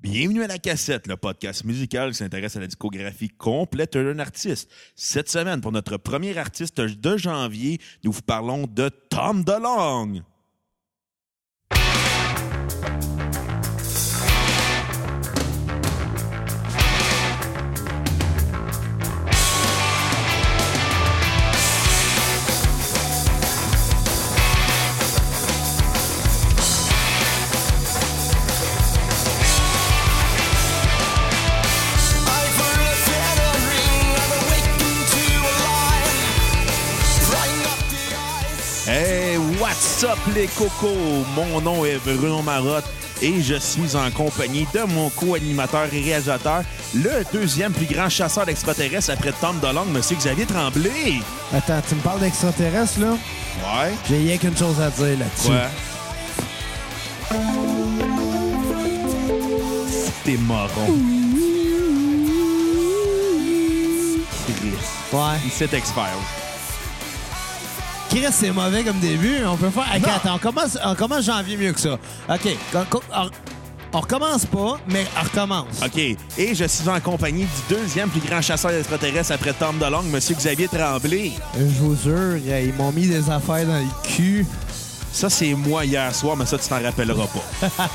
Bienvenue à la cassette, le podcast musical qui s'intéresse à la discographie complète d'un artiste. Cette semaine, pour notre premier artiste de janvier, nous vous parlons de Tom DeLonge. Hey, what's up les cocos? Mon nom est Bruno Marotte et je suis en compagnie de mon co-animateur et réalisateur, le deuxième plus grand chasseur d'extraterrestres après Tom DeLonge, Monsieur Xavier Tremblay. Attends, tu me parles d'extraterrestres, là? Ouais. J'ai rien qu'une chose à dire là-dessus. Quoi? T'es hein. moron. Chris. Ouais. Il s'est expert. Chris, c'est mauvais comme début. On peut faire. Ok, Non. attends, on commence, on commence janvier mieux que ça. OK. co- co- on- on recommence pas, mais on recommence. OK. Et je suis en compagnie du deuxième plus grand chasseur d'extraterrestres après Tom DeLonge, Monsieur Xavier Tremblay. Je vous jure, ils m'ont mis des affaires dans le cul. Ça, c'est moi hier soir, mais ça, tu t'en rappelleras pas.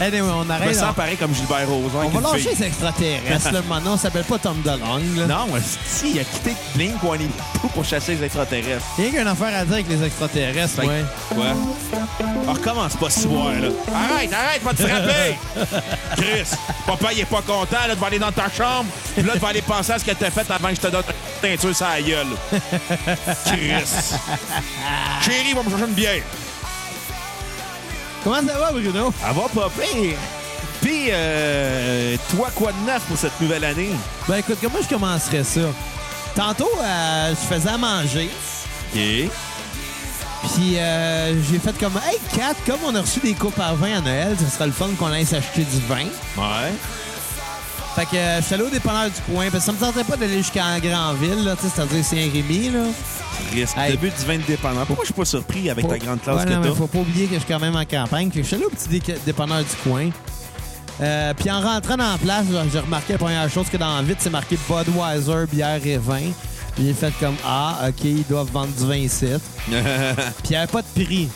Anyway, on Je me arrête. sens On, pareil comme Gilbert Rozon. on avec va une lâcher fille. les extraterrestres. là, maintenant, on s'appelle pas Tom DeLonge. Là. Non, si, il a quitté Blink on pour chasser les extraterrestres. Rien qu'une affaire à dire avec les extraterrestres. Fait que- Ouais. Ouais. On Ah, recommence pas ce soir, là. Arrête, arrête, va te frapper! Chris, papa, il est pas content, là, tu vas aller dans ta chambre, puis là, tu vas aller penser à ce que t'as fait avant que je te donne ta teinture sur la gueule. Chris. Chérie, va me chercher une bière. Comment ça va, Bruno? Elle va pas pire. Puis, euh, toi, quoi de neuf pour cette nouvelle année? Ben écoute, comment je commencerais ça? Tantôt, euh, je faisais à manger. OK. Puis euh, j'ai fait comme Hey Kat, comme on a reçu des coupes à vin à Noël, ce sera le fun qu'on aille s'acheter du vin. Ouais. Fait que euh, je suis allé au dépanneur du coin, parce que ça me tentait pas d'aller jusqu'en Grandville, là, tu sais, c'est-à-dire Saint-Rémy, là. Chris, Hey. début du vin de dépendant. Pourquoi je suis pas surpris avec ta grande classe Ouais, que non, mais t'as? faut pas oublier que je suis quand même en campagne. Fait que je suis allé au petit dé- dépanneur du coin. Euh, puis en rentrant dans la place, là, j'ai remarqué la première chose que dans le vide, c'est marqué Budweiser, bière et vin. Puis j'ai fait comme Ah, OK, ils doivent vendre du vin ici. Puis il n'y avait pas de prix.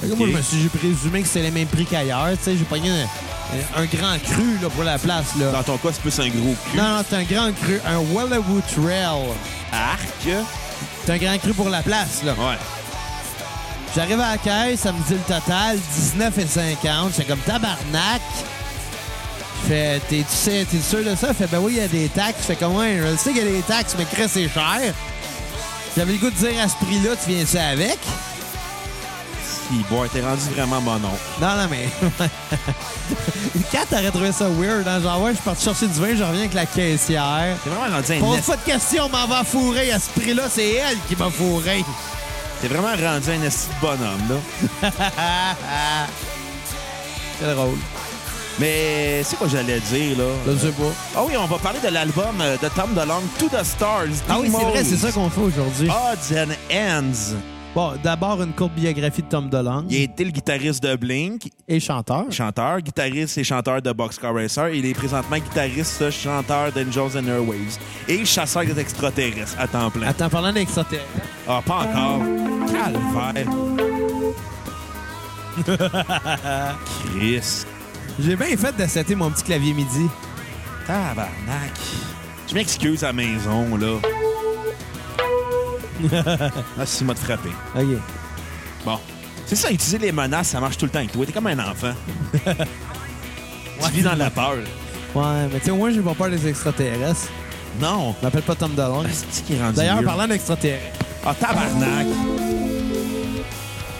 Fait que Ok. Moi, je me suis j'ai présumé que c'était les mêmes prix qu'ailleurs. Tu sais, j'ai pogné un, un grand cru là, pour la place. Là. Dans ton cas, c'est plus un gros cul. Non, non, c'est un grand cru, un Wallawoo Trail. Arc. C'est un grand cru pour la place. là. Ouais. J'arrive à la caisse, ça me dit le total, 19,50. C'est comme tabarnak. Je fais, t'es tu sais, t'es sûr de ça? Je fais, ben oui, il y a des taxes. Je fais, comme, ouais, je le sais qu'il y a des taxes, mais crée, c'est cher. J'avais le goût de dire à ce prix-là, tu viens ça avec? Si, bon, t'es rendu vraiment mon nom. Non, non, mais. Kat aurait trouvé ça weird, hein? Genre, ouais, je suis parti chercher du vin, je reviens avec la caissière. T'es vraiment rendu un Pose esti- pas de questions, m'en va fourrer. À ce prix-là, c'est elle qui m'a fourré. T'es vraiment rendu un esti de bonhomme, là. C'est drôle. Mais c'est quoi j'allais dire, là? Je sais pas. Ah oui, on va parler de l'album euh, de Tom DeLonge, To the Stars. Ah oui, c'est Demos, vrai, c'est ça qu'on fait aujourd'hui. Odds and Ends. Bon, d'abord, une courte biographie de Tom DeLonge. Il a été le guitariste de Blink, Et chanteur. chanteur, guitariste et chanteur de Boxcar Racer. Il est présentement guitariste, chanteur d'Angels and Airwaves. Et chasseur des extraterrestres à temps plein. Attends, parlant d'extraterrestre. Ah, pas encore. Calvaire. Chris. J'ai bien fait d'accepter mon petit clavier midi. Tabarnak. Je m'excuse à la maison, là. ah, c'est m'a de frappé. OK. Bon. C'est ça, utiliser les menaces, ça marche tout le temps avec toi. T'es comme un enfant. tu vis dans la peur. Ouais, mais tu sais, moi, j'ai pas peur des extraterrestres. Non. Je m'appelle pas Tom DeLonge. Ah, C'est qui est rendu D'ailleurs, vieux? parlant d'extraterrestres. Ah, tabarnak.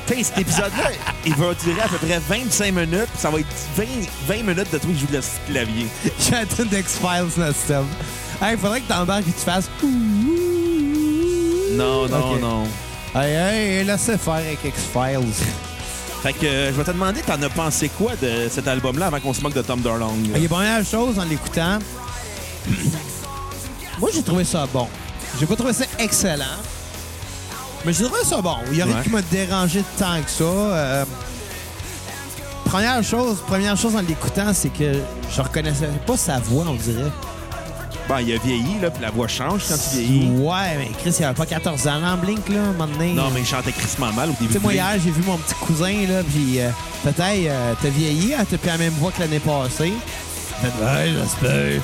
T'sais, cet épisode-là, il va durer à peu près 25 minutes. puis Ça va être 20, 20 minutes de toi qui joue le clavier. J'ai un truc d'X-Files dans le système. Hey, faudrait que t'embarques et que tu fasses. Hey, Non, non, Ok. non. hey, laissez faire avec X-Files. Fait que euh, je vais te demander, t'en as pensé quoi de cet album-là avant qu'on se moque de Tom Darlong? Ok, première chose en l'écoutant. Moi, j'ai trouvé ça bon. J'ai pas trouvé ça excellent. Mais j'ai trouvé ça bon. Il y a rien Ouais. qui m'a dérangé tant que ça. Euh, première chose, première chose en l'écoutant, c'est que je reconnaissais pas sa voix, on dirait. Ben, il a vieilli, là, puis la voix change quand tu vieillis. Ouais, mais Chris, il avait pas 14 ans en Blink, là, à un moment donné. Non, mais il chantait crissement mal au début. Tu sais, moi, du- hier, j'ai vu mon petit cousin, là, puis euh, peut-être, euh, t'as vieilli, hein, t'as plus la même voix que l'année passée. J'ai fait, ouais, j'espère.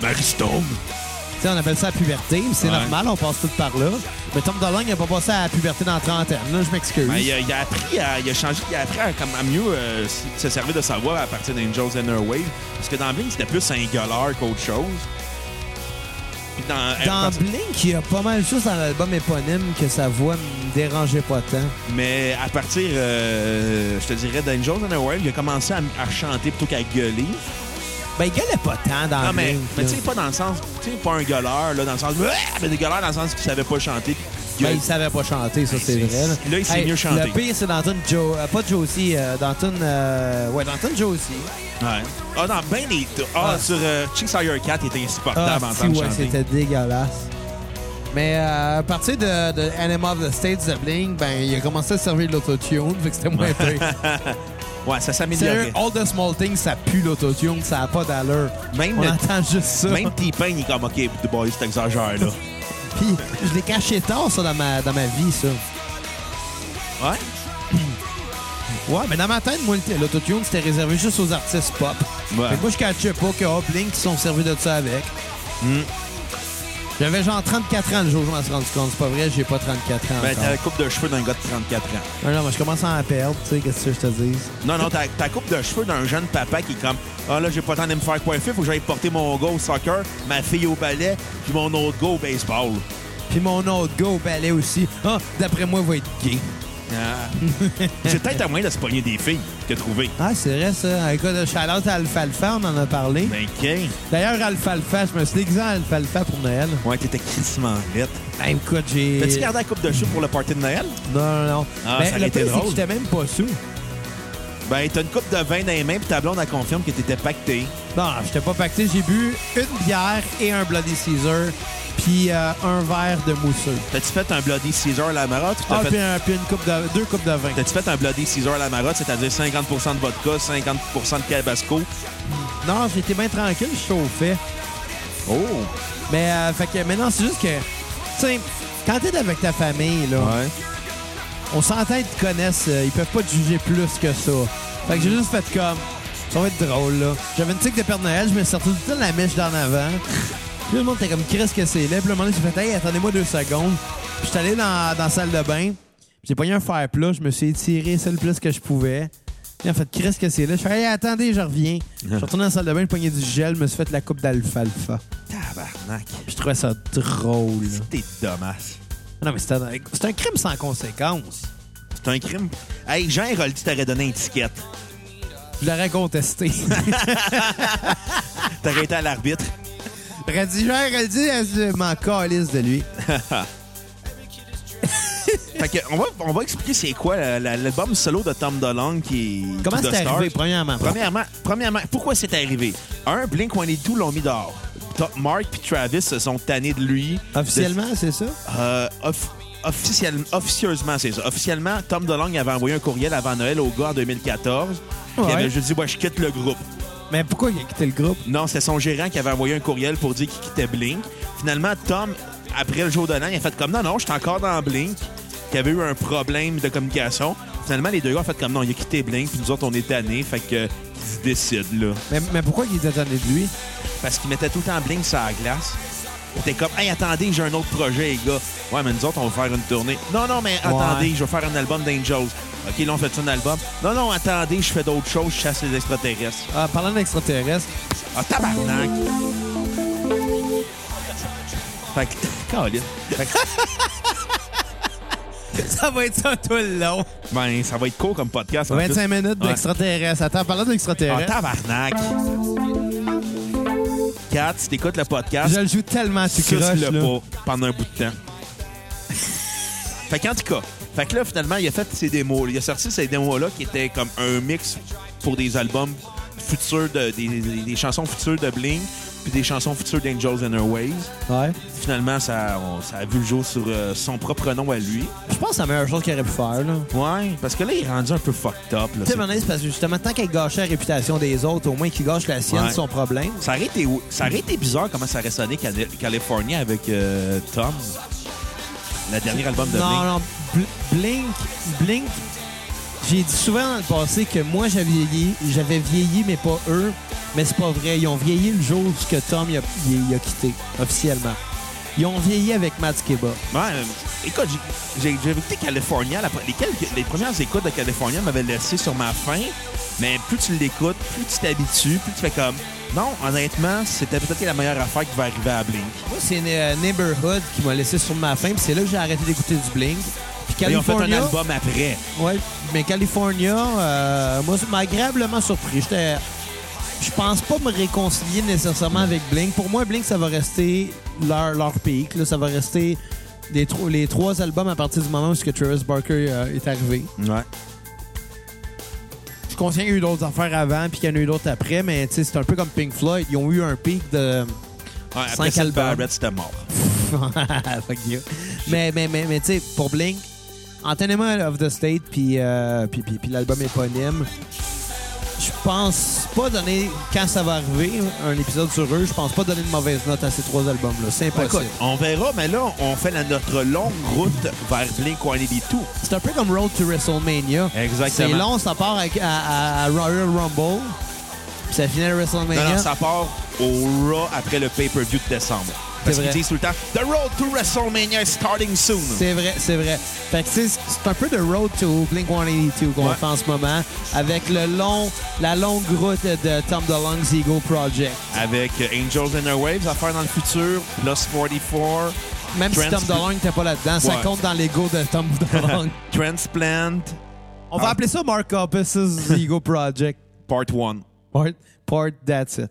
Marie-Stone. Tu sais, on appelle ça la puberté, mais c'est Ouais. normal, on passe tout par là. Mais Tom Dolan, il a pas passé à la puberté dans la trentaine, là, je m'excuse. Ben, il, a, il a appris, à- il a changé, il a appris à, comme, à mieux euh, s- se servir de sa voix à partir d'Angels and Airwaves. Parce que dans Blink, c'était plus un gueuleur qu'autre chose. Puis dans, Dans Blink, il y a pas mal de choses dans l'album éponyme que sa voix me dérangeait pas tant. Mais à partir, euh, je te dirais, d'Angels and Airwaves, il a commencé à, à chanter plutôt qu'à gueuler. Ben, il gueulait pas tant dans Non, mais, Blink. mais là. tu sais, pas dans le sens, tu sais, pas un gueuleur, là, dans le sens, Ouais! mais des gueuleurs dans le sens qu'il savait pas chanter. puis Ben, gueule. il savait pas chanter, ça, c'est Ben, c'est- vrai. là, il sait mieux chanter. Le pire, c'est dans Tune Joe... euh, pas Josie, euh, dans Tune... euh, Ouais, dans Tune Josie. Ouais. Ah, dans ben les. Ah, Ah. sur euh, Chick Sawyer 4, il était Ah, insupportable en si, tant que ouais, chanter. c'était dégueulasse. Mais euh, à partir de, de Animal of the States de Blink, ben, il a commencé à servir de l'autotune, fait que c'était moins pire. Ouais, ça Sérieux, s'améliorait. All the Small Things, ça pue l'autotune, ça a pas d'allure. Même On le- entend juste ça. Même T-Pain, il est comme, OK, The Boys, t'exagères, là. Puis, je l'ai caché tard, ça, dans ma, dans ma vie, ça. Ouais? Ouais, mais dans ma tête, moi, le- l'autotune, c'était réservé juste aux artistes pop. Ouais. Fait que moi, je catchais pas que Hop Link, ils sont servis de ça avec. Hmm. J'avais genre 34 ans le jour où je m'en suis rendu compte. C'est pas vrai, j'ai pas 34 ans. Ben, encore. Ah t'as la coupe de cheveux d'un gars de 34 ans. Non, non, mais je commence à en perdre, tu sais, qu'est-ce que je te dis? Non, non, t'as ta coupe de cheveux d'un jeune papa qui est comme Ah là, j'ai pas le temps de me faire coiffer, faut que j'aille porter mon gars au soccer, ma fille au ballet, puis mon autre gars au baseball. Puis mon autre gars au ballet aussi. Ah, d'après moi, il va être gay. Ah. c'est peut-être un moyen de se pogner des filles, t'as trouvé. Ah, c'est vrai, ça. Un gars de Charlotte Alfalfa, on en a parlé. Ben, qu'est-ce D'ailleurs, Alfalfa, je me suis déguisé en Alfalfa pour Noël. Ouais, t'étais crissement vite. Ben, écoute, j'ai. T'as-tu gardé la coupe de cheveux pour le party de Noël? Non, non, non. Ah, Ben, ça aurait le été pire, c'est que drôle. J'étais même pas sous. Ben, t'as une coupe de vin dans les mains, puis ta blonde, elle confirme que t'étais pacté. Non, j'étais pas pacté. J'ai bu une bière et un Bloody Caesar, puis euh, un verre de mousseux. T'as-tu fait un Bloody Caesar à la marotte? ou T'as Ah, fait... puis, un- puis une coupe de, deux coupes de vin. T'as-tu fait un Bloody Caesar à la marotte, c'est-à-dire 50 de vodka, 50 de Tabasco? Non, j'étais bien tranquille, je chauffais. Oh! Mais euh, fait que maintenant, c'est juste que, tu sais, quand t'es avec ta famille, là, Ouais. on s'entend, ils te connaissent, euh, ils peuvent pas te juger plus que ça. Fait que j'ai juste fait comme, ça va être drôle, là. J'avais une tique de Père Noël, je me sortais tout le temps de la mèche d'en avant. Puis le monde était comme, Chris, que c'est là. Puis le moment donné, j'ai fait, hey, attendez-moi deux secondes. Puis j'étais allé dans, dans la salle de bain. J'ai pogné un fer plat, je me suis étiré c'est le plus que je pouvais. Puis en fait, Chris, que c'est là. Je fais, hey, attendez, je reviens. Je suis retourné dans la salle de bain, j'ai pogné du gel, je me suis fait la coupe d'alfalfa. Tabarnak! Puis je trouvais ça drôle. là. T'es dommage. Non, mais c'était c'est un crime sans conséquence. C'est un crime. Hey, Jean Héroldi t'aurait donné une étiquette. Je l'aurais contesté. T'aurais été à l'arbitre. Radigère, elle dit, elle se- m'en calisse de lui. Fait que, on va, on va expliquer c'est quoi la- la- l'album solo de Tom DeLonge qui est... Comment To the c'est arrivé, Stars. premièrement? Premièrement, premièrement, pourquoi c'est arrivé? Un, Blink-182 l'ont mis dehors. Top Mark puis Travis se sont tannés de lui. Officiellement, c'est ça? Euh, off- officiel- officieusement, c'est ça. Officiellement, Tom DeLonge avait envoyé un courriel avant Noël au gars en 2014. Il Ouais. avait juste dit ouais, je quitte le groupe. Mais pourquoi il a quitté le groupe? Non, c'était son gérant qui avait envoyé un courriel pour dire qu'il quittait Blink. Finalement, Tom, après le jour de l'an, il a fait comme non, non, je suis encore dans Blink. Il y avait eu un problème de communication. Finalement, les deux gars ont fait comme non, il a quitté Blink, puis nous autres, on est tannés. Fait que euh, qu'ils se décident, là. Mais, mais pourquoi il était tanné de lui? Parce qu'ils mettaient tout le temps Blink sur la glace. T'es comme, hey, attendez, j'ai un autre projet, les gars. Ouais, mais nous autres, on va faire une tournée. Non, non, mais attendez, je vais faire un album d'Angels. OK, là, on fait un album. Non, non, attendez, je fais d'autres choses, je chasse les extraterrestres. Ah, parlant d'extraterrestres, Ah, tabarnak! Fait que, câlisse. Fait que- ça va être ça tout le long. ben, ça va être court comme podcast. en plus. 25 minutes Ouais. d'extraterrestres. Attends, parlant Ah, d'extraterrestres, tabarnak! Kat, si t'écoutes le podcast, je le joue tellement, tu croches, suce-le là. pas pendant un bout de temps. fait qu'en tout cas, fait que là, finalement, il a fait ses démos. Il a sorti ces démos-là qui étaient comme un mix pour des albums futurs, de, des, des- des chansons futures de Bling. puis des chansons futures d'Angels and Her Ways. Ouais. Finalement, ça, on- ça a vu le jour sur euh, son propre nom à lui. Je pense que c'est la meilleure chose qu'il aurait pu faire, là. Ouais, parce que là, il est rendu un peu fucked up. là. Tu sais, Vanessa, parce que justement, tant qu'elle gâchait la réputation des autres, au moins qu'il gâche la sienne, Ouais. son problème. Ça aurait, été, ça aurait été bizarre comment ça aurait sonné Cali- Californie avec euh, Tom, le dernier album de non, Blink. non, Bl- Blink, Blink, j'ai dit souvent dans le passé que moi, j'avais vieilli, j'avais vieilli, mais pas eux. Mais c'est pas vrai. Ils ont vieilli le jour où que Tom il a, il- il a quitté, officiellement. Ils ont vieilli avec Matt Skiba. Ouais, euh, écoute, j'ai- j'ai j'ai écouté California. la pre- les, quelques- les premières écoutes de California m'avaient laissé sur ma faim. Mais plus tu l'écoutes, plus tu t'habitues, plus tu fais comme. Non, honnêtement, c'était peut-être la meilleure affaire qui va arriver à Blink. Moi, c'est euh, Neighborhood qui m'a laissé sur ma faim, puis c'est là que j'ai arrêté d'écouter du Blink. Puis Ils ont fait un California, album après. Ouais, mais California, euh, moi, ça m'a agréablement surpris. J'étais. Je pense pas me réconcilier nécessairement avec Blink. Pour moi, Blink, ça va rester leur, leur pic. là. Ça va rester les, tro- les trois albums à partir du moment où ce que Travis Barker euh, est arrivé. Ouais. Je suis conscient qu'il y a eu d'autres affaires avant puis qu'il y en a eu d'autres après, mais tu sais, c'est un peu comme Pink Floyd. Ils ont eu un pic de. après Cinq ça, albums. Barrett, c'était mort. Fuck you. Mais, mais, mais, mais tu sais, pour Blink, Antenna of the State, puis euh, puis- puis- puis l'album éponyme, je pense pas donner, quand ça va arriver, un épisode sur eux, je pense pas donner de mauvaise note à ces trois albums-là. C'est impossible. Écoute, on verra, mais là, on fait la- notre longue route vers Blink One et tout. C'est un peu comme Road to WrestleMania. Exactement. C'est long, ça part avec- à, à- à Royal Rumble, puis ça finit à WrestleMania. Non, non, ça part au Raw après le pay-per-view de décembre. Parce C'est qu'ils vrai. disent tout le temps The road to WrestleMania is starting soon. C'est vrai, c'est vrai. Fait que, tu sais, c'est un peu de road to Blink 182 qu'on Ouais. fait en ce moment, avec le long, la longue route de Tom DeLonge's Ego Project. Avec euh, Angels and Her Waves à faire dans le futur, Plus 44, Même si Trans- Tom DeLonge n'était pas là-dedans, ça Ouais. compte dans l'ego de Tom DeLonge. Transplant, On va Ah. appeler ça Mark Hoppus's Ego Project. Part 1. Part, part, that's it.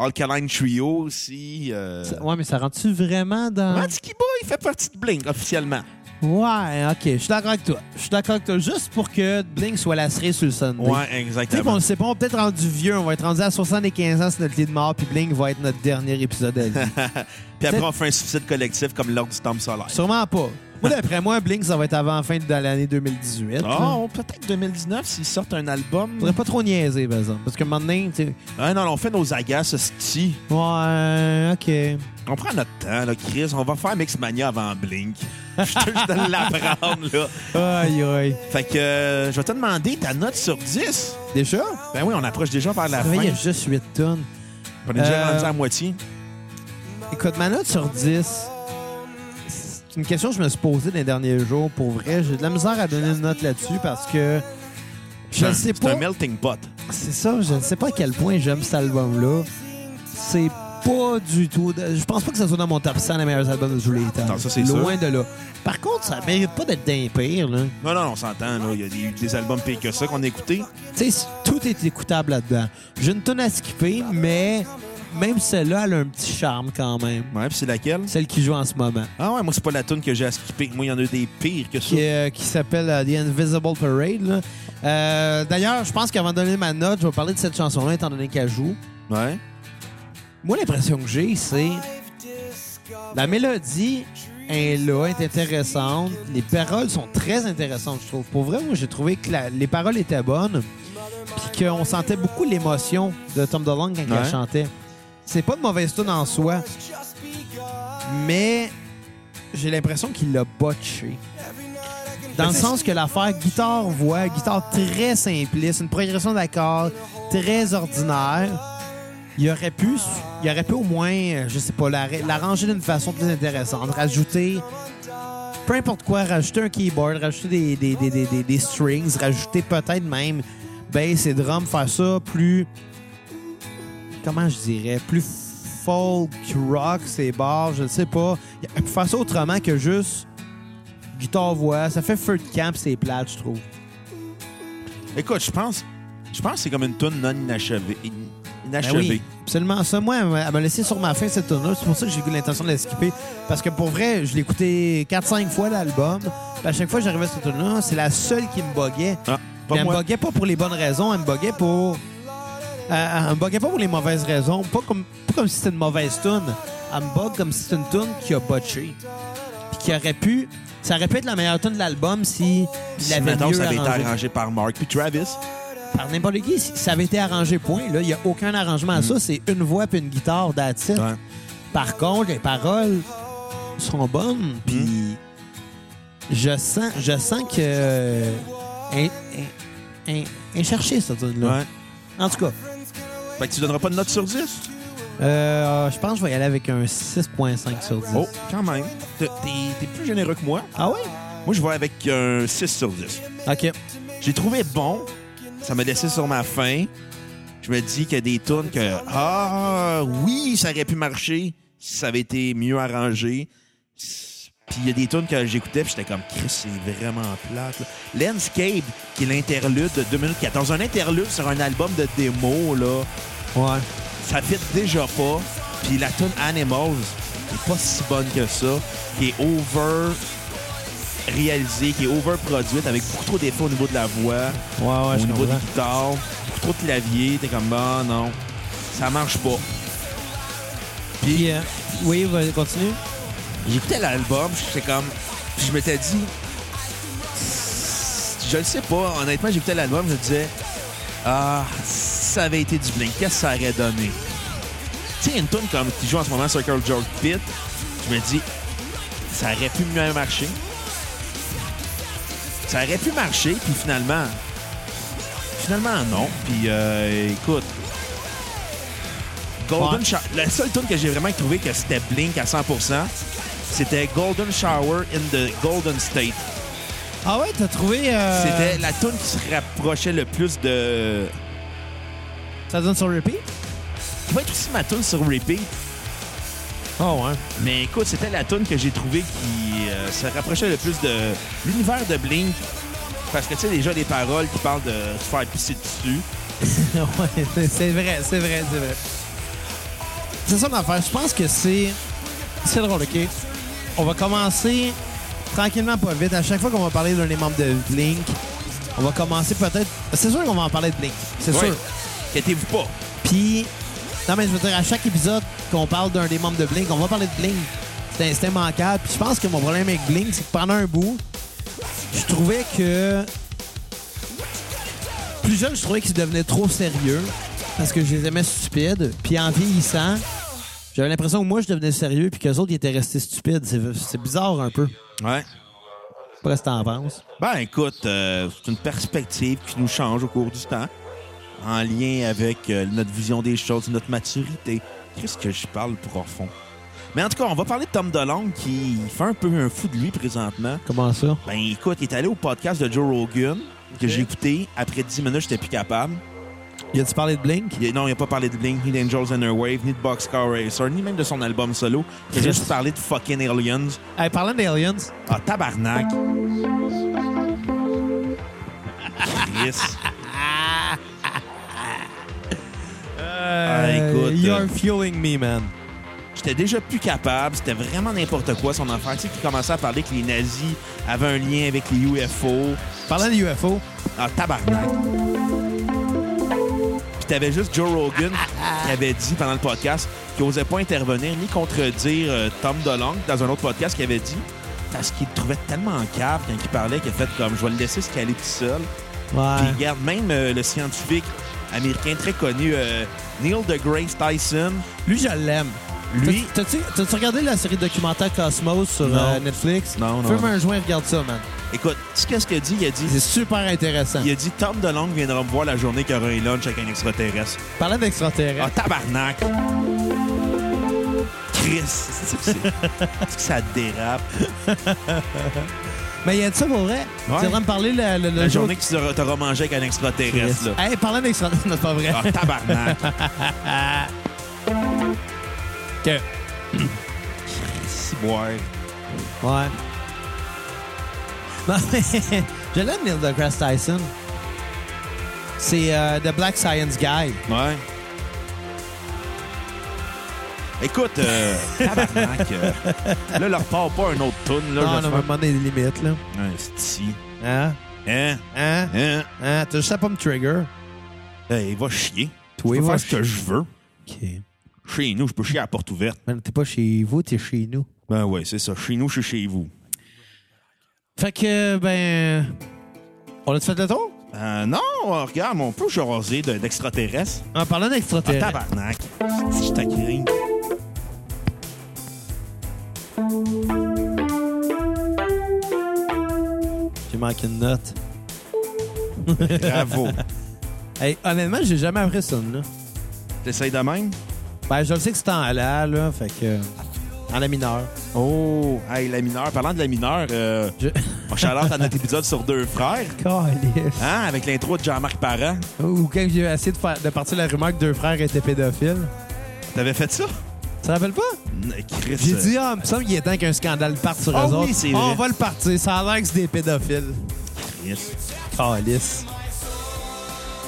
Alkaline Trio aussi. Euh... Ça- Ouais, mais ça rentre-tu vraiment dans. Matt Skiba, il fait partie de Blink officiellement. Ouais, ok, je suis d'accord avec toi. Je suis d'accord avec toi. Juste pour que Blink soit la cerise sur le Sunday. Ouais, Tu sais, puis on exactement. le sait pas, on peut être rendu vieux, on va être rendu à 75 ans sur notre lit de mort, puis Blink va être notre dernier épisode à vie. Puis après, on fait un suicide collectif comme lors du Temple solaire. Sûrement pas. Moi, d'après moi, Blink, ça va être avant la fin de l'année 2018. là. Oh, peut-être 2019 s'ils sortent un album. Faudrait pas trop niaiser, par exemple. Parce que maintenant, tu sais. Ah non, on fait nos agaces, hostie. Ouais, ok. On prend notre temps, là, Chris. On va faire Mixmania avant Blink. Je te je te l'apprendre, là. Aïe, aïe. Fait que euh, je vais te demander ta note sur 10. Déjà? Ben oui, on approche déjà vers la Ah, fin. Il y a juste 8 tonnes. On est déjà Euh, rendu à moitié. Écoute, ma note sur 10, c'est une question que je me suis posée dans les derniers jours. Pour vrai, j'ai de la misère à donner une note là-dessus parce que je C'est un- ne sais C'est pas. un melting pot. C'est ça, je ne sais pas à quel point j'aime cet album-là. C'est pas du tout. de- Je pense pas que ça soit dans mon top 100 des meilleurs albums de tous les temps. Non, ça, c'est Loin de là. Par contre, ça mérite pas d'être d'un pire, là. Non, non, on s'entend. là. Il y a des, des albums pires que ça qu'on a écoutés. Tu sais, tout est écoutable là-dedans. J'ai une tonne à skipper, mais même celle-là, elle a un petit charme quand même. Ouais, puis c'est laquelle? Celle qui joue en ce moment. Ah ouais, moi, c'est pas la tune que j'ai à skipper. Moi, il y en a des pires que ça. qui, euh, qui s'appelle euh, The Invisible Parade. là. Euh, D'ailleurs, je pense qu'avant de donner ma note, je vais parler de cette chanson-là, étant donné qu'elle joue. Ouais. Moi, l'impression que j'ai, c'est. La mélodie est là, est intéressante. Les paroles sont très intéressantes, je trouve. Pour vrai, moi, j'ai trouvé que la- les paroles étaient bonnes. Puis qu'on sentait beaucoup l'émotion de Tom DeLonge quand Ouais. il chantait. C'est pas de mauvaise tune en soi. Mais j'ai l'impression qu'il l'a botché. Dans le sens que l'affaire guitare-voix, guitare très simpliste, une progression d'accords très ordinaire. Il aurait pu, il aurait pu au moins, euh, je sais pas, l'arra- l'arranger d'une façon plus intéressante, rajouter peu importe quoi, rajouter un keyboard, rajouter des, des, des, des, des- des strings, rajouter peut-être même bass et drum, faire ça plus, comment je dirais, plus folk rock, c'est barres, je ne sais pas. Il aurait pu faire ça autrement que juste guitare-voix. Ça fait feu de camp, c'est plate, je trouve. Écoute, je pense, je pense que c'est comme une tune non inachevée. In- Ben Inachevée. oui, absolument. Ça, moi, elle m'a- elle m'a laissé sur ma fin cette tournée. C'est pour ça que j'ai eu l'intention de la skipper. Parce que pour vrai, je l'ai écouté 4-5 fois l'album. Puis À chaque fois que j'arrivais à cette tournée, c'est la seule qui me boguait. Ah, Mais pas elle me moi. boguait pas pour les bonnes raisons, elle me boguait pour euh, elle me buguait pas pour les mauvaises raisons. Pas comme, pas comme si c'était une mauvaise toune. Elle me bug comme si c'était une toune qui a botché. Puis qui aurait pu. Ça aurait pu être la meilleure toune de l'album si il Si, l'avait mettons, mieux ça avait été arrangée. arrangé par Mark puis Travis. Par n'importe qui, si ça avait été arrangé, point. Là, il n'y a aucun arrangement à ça. C'est une voix puis une guitare that's it. Mm. Ouais. Par contre, les paroles sont bonnes. Mm. Puis je sens, je sens que. euh, un- un- un- un chercher cette tune-là. Ouais. En tout cas, Fait que tu donneras pas de note sur 10? euh, je pense que je vais y aller avec un 6.5 sur 10. Oh, quand même. T'es t'es- t'es plus généreux que moi. Ah oui? Moi, je vais avec un 6 sur 10. OK. J'ai trouvé bon. Ça m'a laissé sur ma faim. Je me dis qu'il y a des tunes que, ah, oui, ça aurait pu marcher si ça avait été mieux arrangé. Puis il y a des tunes que j'écoutais, puis j'étais comme, Chris, c'est vraiment plate. là. Landscape, qui est l'interlude de 2014. Un interlude sur un album de démo, là. Ouais. ça fit déjà pas. Puis la tune Animals est pas si bonne que ça, qui est over réalisée, qui est over produite avec beaucoup trop d'effets au niveau de la voix, Ouais, ouais, au je niveau des comprends. guitares, beaucoup trop de clavier. T'es comme bah non, ça marche pas. Puis, euh, oui, vas-y, continue. J'écoutais l'album, j'étais comme, puis je m'étais dit, je le sais pas. Honnêtement, j'écoutais l'album, je me disais, ah, si ça avait été du Blink, qu'est-ce que ça aurait donné? Tu sais, une tune comme qui joue en ce moment Circle Jerk Pit, je me dis, ça aurait pu mieux marcher. Ça aurait pu marcher, puis finalement, finalement non. Puis euh, écoute, Golden Ouais. Shower, la seule tune que j'ai vraiment trouvé que c'était Blink à 100%, c'était Golden Shower in the Golden State. Ah ouais, t'as trouvé. euh, C'était la tune qui se rapprochait le plus de. Ça donne sur repeat? Qui va être aussi ma tune sur repeat. Ah ouais. Mais écoute, c'était la tune que j'ai trouvée qui euh, se rapprochait le plus de l'univers de Blink. Parce que tu sais déjà les paroles qui parlent de se faire pisser dessus. ouais, c'est- c'est vrai, c'est vrai, c'est vrai. C'est ça l'affaire. Je pense que c'est. C'est drôle, OK? On va commencer tranquillement, pas vite. À chaque fois qu'on va parler d'un des membres de Blink, on va commencer peut-être. C'est sûr qu'on va en parler de Blink. C'est Ouais. sûr. Inquiétez-vous pas. Puis, non, mais je veux dire, à chaque épisode qu'on parle d'un des membres de Blink, on va parler de Blink. C'est c'est immanquable. Puis je pense que mon problème avec Blink, c'est que pendant un bout, je trouvais que. Plus jeune, je trouvais qu'ils devenaient trop sérieux parce que je les aimais stupides. Puis en vieillissant, j'avais l'impression que moi, je devenais sérieux puis qu'eux autres, ils étaient restés stupides. C'est c'est bizarre un peu. Je Ouais. sais pas ce que t'en penses. Ben écoute, euh, c'est une perspective qui nous change au cours du temps, en lien avec euh, notre vision des choses, notre maturité. Qu'est-ce que je parle pour fond? Mais en tout cas, on va parler de Tom DeLonge qui fait un peu un fou de lui présentement. Comment ça? Ben écoute, il est allé au podcast de Joe Rogan que j'ai écouté. Après 10 minutes, j'étais plus capable. Y a-tu parlé de Blink? Il a- non, il n'a pas parlé de Blink, ni d'Angels and Airwave, ni de Boxcar Racer, ni même de son album solo. Il a juste parlé de fucking aliens. Hey, parlant d'Aliens, Ah, tabarnak! Chris. euh, écoute, You're euh, fueling me, man. J'étais déjà plus capable. C'était vraiment n'importe quoi, son enfant. Tu sais, qui commençait à parler que les nazis avaient un lien avec les UFO. Parlant de UFO, Ah, tabarnak! Puis t'avais juste Joe Rogan qui avait dit pendant le podcast qu'il n'osait pas intervenir ni contredire euh, Tom DeLonge dans un autre podcast qu'il avait dit parce qu'il le trouvait tellement cave quand il parlait qu'il a fait comme « Je vais le laisser se caler tout seul. Puis Ouais. regarde, même euh, le scientifique américain très connu, euh, Neil deGrasse Tyson, Lui, je l'aime. lui... T'as- T'as-tu t'as-tu regardé la série documentaire Cosmos sur Non. euh, Netflix? Non, non, Fume non. un joint, regarde ça, man. Écoute, tu sais qu'est-ce qu'il a dit? Il a dit... C'est super intéressant. Il a dit Tom DeLonge viendra me voir la journée qu'il y aura un lunch avec un extraterrestre. Parlant d'extraterrestres, Ah, tabarnak! Chris! Est-ce que c'est- est-ce que ça dérape? mais il a dit ça pour vrai. Tu devrais me parler le, le- le Ah. La jour- journée que tu auras- t'auras mangé avec un extraterrestre, là. Hey, parlant d'extraterrestres, c'est pas vrai. Ah, tabarnak! Ok. Ouais. Ouais. Non, mais je l'aime, Neil deGrasse Tyson. C'est euh, The Black Science Guy. Ouais. Écoute, euh, tabarnak! euh, là, leur part pas un autre tune, là. Ah, non, je on a vais un moment des limites, là. faire- Un sti. Hein? Hein? Hein? Hein? Hein? T'as juste à pas me trigger. Eh, il va chier. Je Toi, peux va faire ce que ch- je veux. Ok. Chez nous, je peux chier à la porte ouverte. Man, t'es pas chez vous, t'es chez nous. Ben ouais, c'est ça. Chez nous, je suis chez vous. Fait que, ben. On a-tu fait le tour? Euh, non, euh, regarde, mon peut jaser de- d'extraterrestres. En parlant Ah, d'extraterrestres. tabarnak. Si je t'agrime. J'ai manqué une note. Bravo. Hey, honnêtement, j'ai jamais appris ça, là. T'essayes de même? Ben, je le sais que c'est en la, là, fait que. En la mineure. Oh, hey, la mineure. Parlant de la mineure, euh, Je. on chalote à notre épisode sur deux frères. Calisse. Hein, avec l'intro de Jean-Marc Parent. Hein? Ou quand j'ai essayé de, faire, de partir la rumeur que deux frères étaient pédophiles. T'avais fait ça? Tu te rappelles pas? N- Chris. J'ai euh, dit, ah, il me semble qu'il est temps qu'un scandale parte sur Ah eux oui, autres. c'est On vrai. va le partir. Ça a l'air que c'est des pédophiles. Chris. Calice.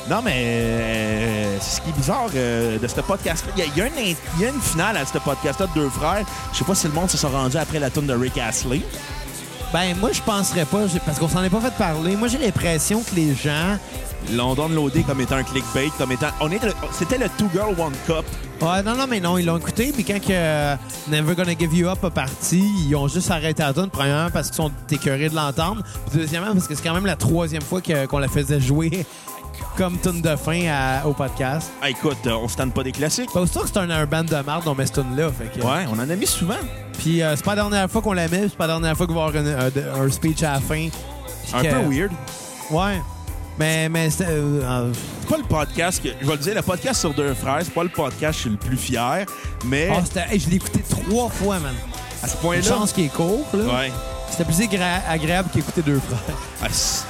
Non, mais euh, c'est ce qui est bizarre euh, de ce podcast-là. Il y a- il y, a un in- il y a une finale à ce podcast-là de deux frères. Je sais pas si le monde se sont rendu après la tune de Rick Astley. Ben, moi, je penserais pas, j'ai- parce qu'on s'en est pas fait parler. Moi, j'ai l'impression que les gens. London Loadé comme étant un clickbait, comme étant. On est le- C'était le Two Girl One Cup. Ouais, non, non, mais non, ils l'ont écouté, puis quand que euh, Never Gonna Give You Up a parti, ils ont juste arrêté la tune, premièrement, parce qu'ils sont écœurés de l'entendre, puis deuxièmement, parce que c'est quand même la troisième fois que- qu'on la faisait jouer comme tune de fin à- au podcast. Ah, écoute, euh, on se tente pas des classiques. Ben, aussitôt que c'est un, un band de marde, on met cette tune-là, fait que... Ouais, on en a mis souvent. Puis euh, c'est pas la dernière fois qu'on la met, c'est pas la dernière fois qu'il va y avoir une- un, de- un speech à la fin. puis Un que- peu weird. Ouais. Mais, mais c'est... euh, euh, C'est pas le podcast que. Je vais le dire, le podcast sur deux frères, c'est pas le podcast, je suis le plus fier. Mais ah, c'était- hey, je l'ai écouté trois fois, man. à ce Une point-là. chance qui est court, là. Ouais. C'était plus agra- agréable qu'écouter deux frères. Ah, c'est-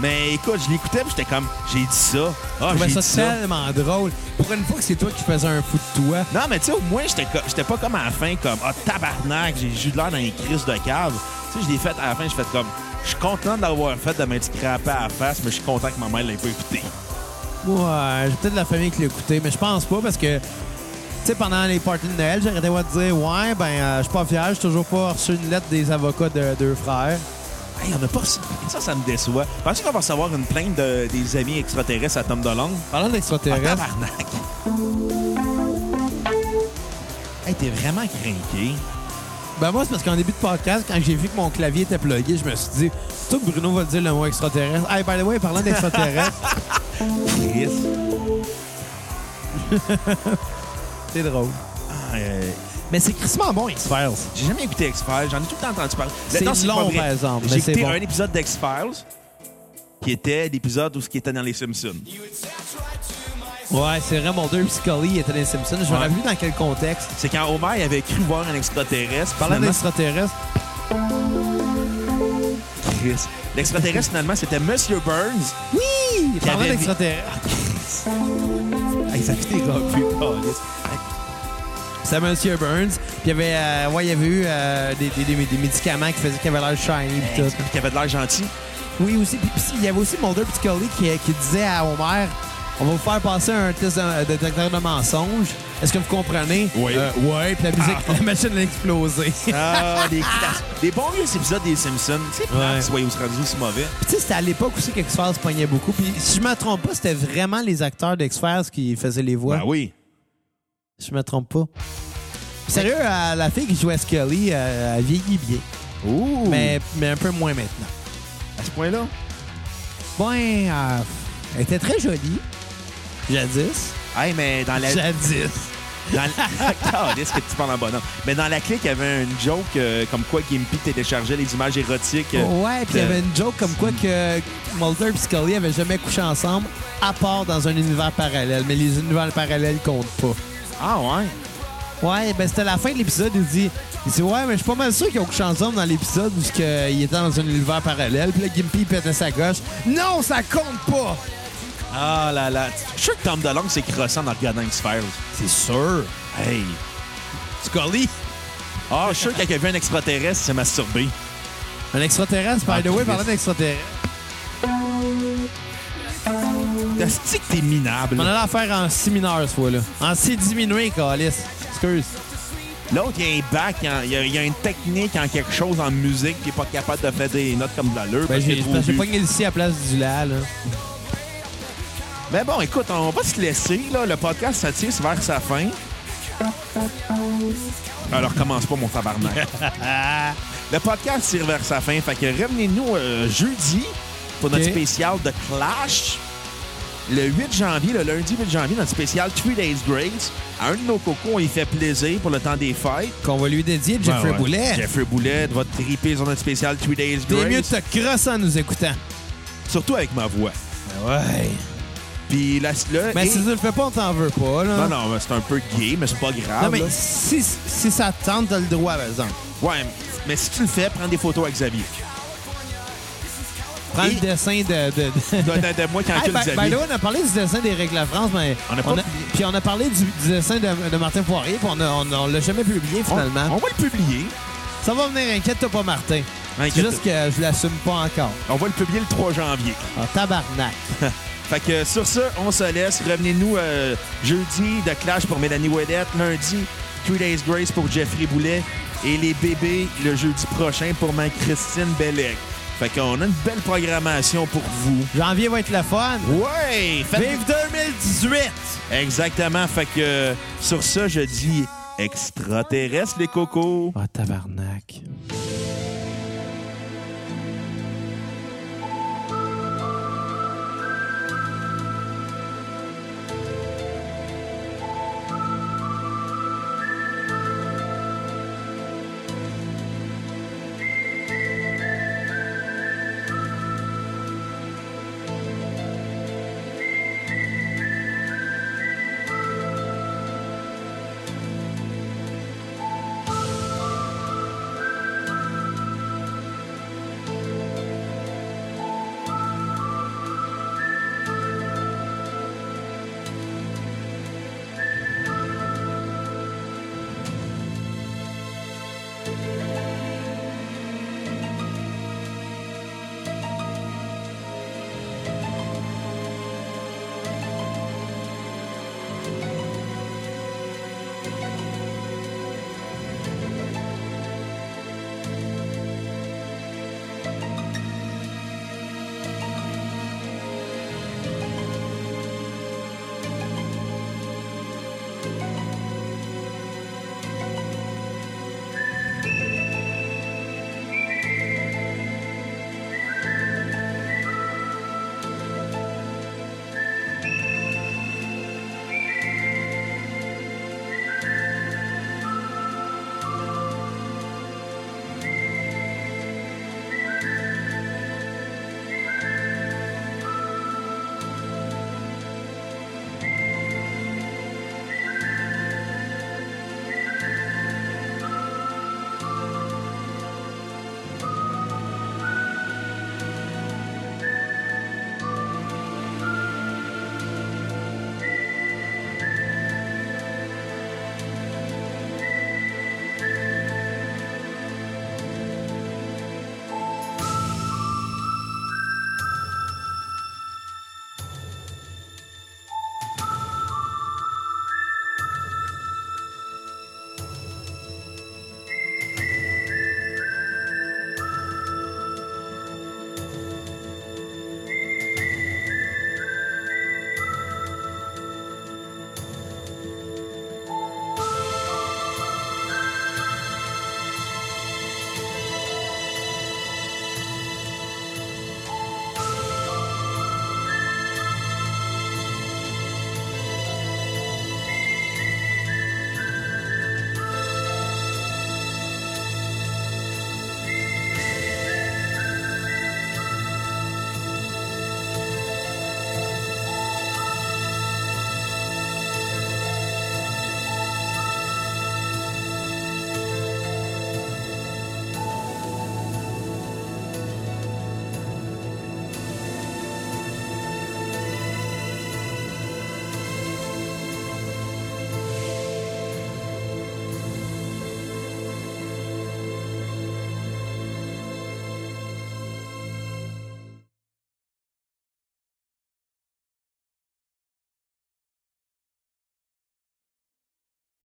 mais écoute, je l'écoutais, puis j'étais comme. J'ai dit ça. Ah, Je j'ai trouvais dit ça ça. tellement drôle. Pour une fois que c'est toi qui faisais un fou de toi. Non, mais tu sais, au moins, j'étais co- j'étais pas comme à la fin, comme, ah, tabarnak, j'ai juste l'air dans les crises de cave. Tu sais, je l'ai fait à la fin, j'ai fait comme, je suis content de l'avoir fait, de m'être crappé à la face, mais je suis content que ma mère l'ait pas écouté. Ouais, euh, j'ai peut-être de la famille qui l'a écouté, mais je pense pas parce que, tu sais, pendant les parties de Noël, j'arrêtais pas de dire, ouais, ben, euh, je suis pas fier, j'ai toujours pas reçu une lettre des avocats de deux frères. Hey, on a pas reçu- Ça, ça me déçoit. Pensez qu'on va recevoir une plainte de- des amis extraterrestres à Tom DeLonge? Parlant Ah, d'extraterrestres, tabarnak! Hey, t'es vraiment craqué. ben moi, c'est parce qu'en début de podcast, quand j'ai vu que mon clavier était plugué, je me suis dit, toi, Bruno va dire le mot extraterrestre. Hey, by the way, parlant d'extraterrestres, Chris. c'est drôle. Ah, euh, Mais c'est crissement bon, X-Files. J'ai jamais écouté X-Files, j'en ai tout le temps entendu parler. C'est Non, pas long, vrai. par exemple, mais J'ai c'est écouté bon. un épisode d'X-Files qui était l'épisode où ce qui était dans les Simpsons. Ouais, c'est vrai, mon deux Scully était dans les Simpsons. Je me Ouais. rappelle plus dans quel contexte. C'est quand Homer il avait cru voir un extraterrestre. Parlant finalement, d'extraterrestres, Chris. L'extraterrestre, finalement, c'était Monsieur Burns. oui! Parlant avait- d'extraterrestres, Ah, Hey, ça fait des revues, câlisse. c'est Monsieur Burns. Puis il y avait, euh, ouais, il y avait eu euh, des, des- des- des médicaments qui faisaient qu'il avait l'air shiny pis Hey, tout. Qui avait de l'air gentil. Oui, aussi. Puis puis il y avait aussi Mulder pis Scully qui, qui disait à Homer, on va vous faire passer un test de de détecteur de mensonges. Est-ce que vous comprenez? Oui. Euh, ouais, puis la musique, la machine a explosé. Puis Ah, des, classiques. des bons vieux épisodes des Simpsons. C'est Ouais. ouais. soyez aussi rendus aussi mauvais. tu sais, c'était à l'époque aussi qu'X-Files pognait beaucoup. Puis si je me trompe pas, c'était vraiment les acteurs d'X-Files qui faisaient les voix. Ben oui. Si je me trompe pas. Sérieux, euh, la fille qui jouait Scully, euh, elle vieillit bien, Ouh. mais, mais un peu moins maintenant. à ce point-là. Ben, euh, elle était très jolie. Jadis. Hey, mais dans la. Jadis. Dans la... Câlisse, que tu parles en bonhomme. Mais dans la clique, il y avait une joke euh, comme quoi Gimpy téléchargeait les images érotiques. euh, ouais, puis il y avait une joke comme quoi que Mulder et Scully avaient jamais couché ensemble, à part dans un univers parallèle. Mais les univers parallèles comptent pas. Ah ouais. Ouais, ben c'était la fin de l'épisode. Il dit, il dit ouais, mais je suis pas mal sûr qu'ils ont couché ensemble dans l'épisode où ce que- il était dans un univers parallèle. Puis là, Gimpy pétait sa gauche. Non, ça compte pas. Ah là là. Je suis sûr que Tom DeLonge s'est crossé en regardant X-Files. C'est sûr. Hey. Scully. Ah, je suis sûr que quand il a vu un extraterrestre, il s'est masturbé. Un extraterrestre, by the way, parlant d'extraterrestre. T'as-tu que t'es minable? On allait en faire en si mineur, ce fois-là. En si diminué, Calis. Excuse. L'autre, il y a un bac, il y a- il y, a- il y a une technique en quelque chose en musique qui est pas capable de faire des notes comme de l'allure. Ben, parce j'ai qu'il est parce que j'ai trop pas bu. gagné le si à place du la, là. Mais Ben bon, écoute, on va se laisser. Là. Le podcast s'attire vers sa fin. Alors, commence pas, mon tabarnak. le podcast tire vers sa fin. Fait que revenez-nous euh, jeudi pour notre Ok. spécial de Clash. Le 8 janvier, le lundi 8 janvier, notre spécial Three Days Grace. À un de nos cocos, on y fait plaisir pour le temps des fêtes. Ben Qu'on va lui dédier Jeffrey ouais. Boulet. Jeffrey Boulet va triper sur notre spécial Three Days T'es Grace. mieux de te crosser en nous écoutant. Surtout avec ma voix. Ouais. Puis là, là Mais Ben et- si tu le fais pas, on t'en veut pas, là. Non, non, mais c'est un peu gay, mais c'est pas grave. Non, mais là. si, si ça te tente, t'as le droit, par exemple. Ouais, mais si tu le fais, prends des photos à Xavier. Prends Et- le dessin de. de, de- Donne à moi quand Hey, ben, tu by- by Xavier. the way, on a parlé du dessin des règles à France, mais On a pas publié. puis on a parlé du, du dessin de, de Martin Poirier, puis on a- on, on l'a jamais publié on, finalement. on va le publier. Ça va venir, inquiète-toi pas, Martin. C'est Inquiète. juste que je l'assume pas encore. On va le publier le 3 janvier. Ah, tabarnak. Fait que sur ça, on se laisse. Revenez-nous euh, jeudi de Clash pour Mélanie Ouellette, lundi, Three Days Grace pour Jeffrey Boulet et les bébés le jeudi prochain pour ma Christine Bellec. Fait qu'on a une belle programmation pour vous. Janvier va être le fun. Ouais! Faites- Vive 2018! Exactement. Fait que euh, sur ça, je dis extraterrestre les cocos. Ah, tabarnak.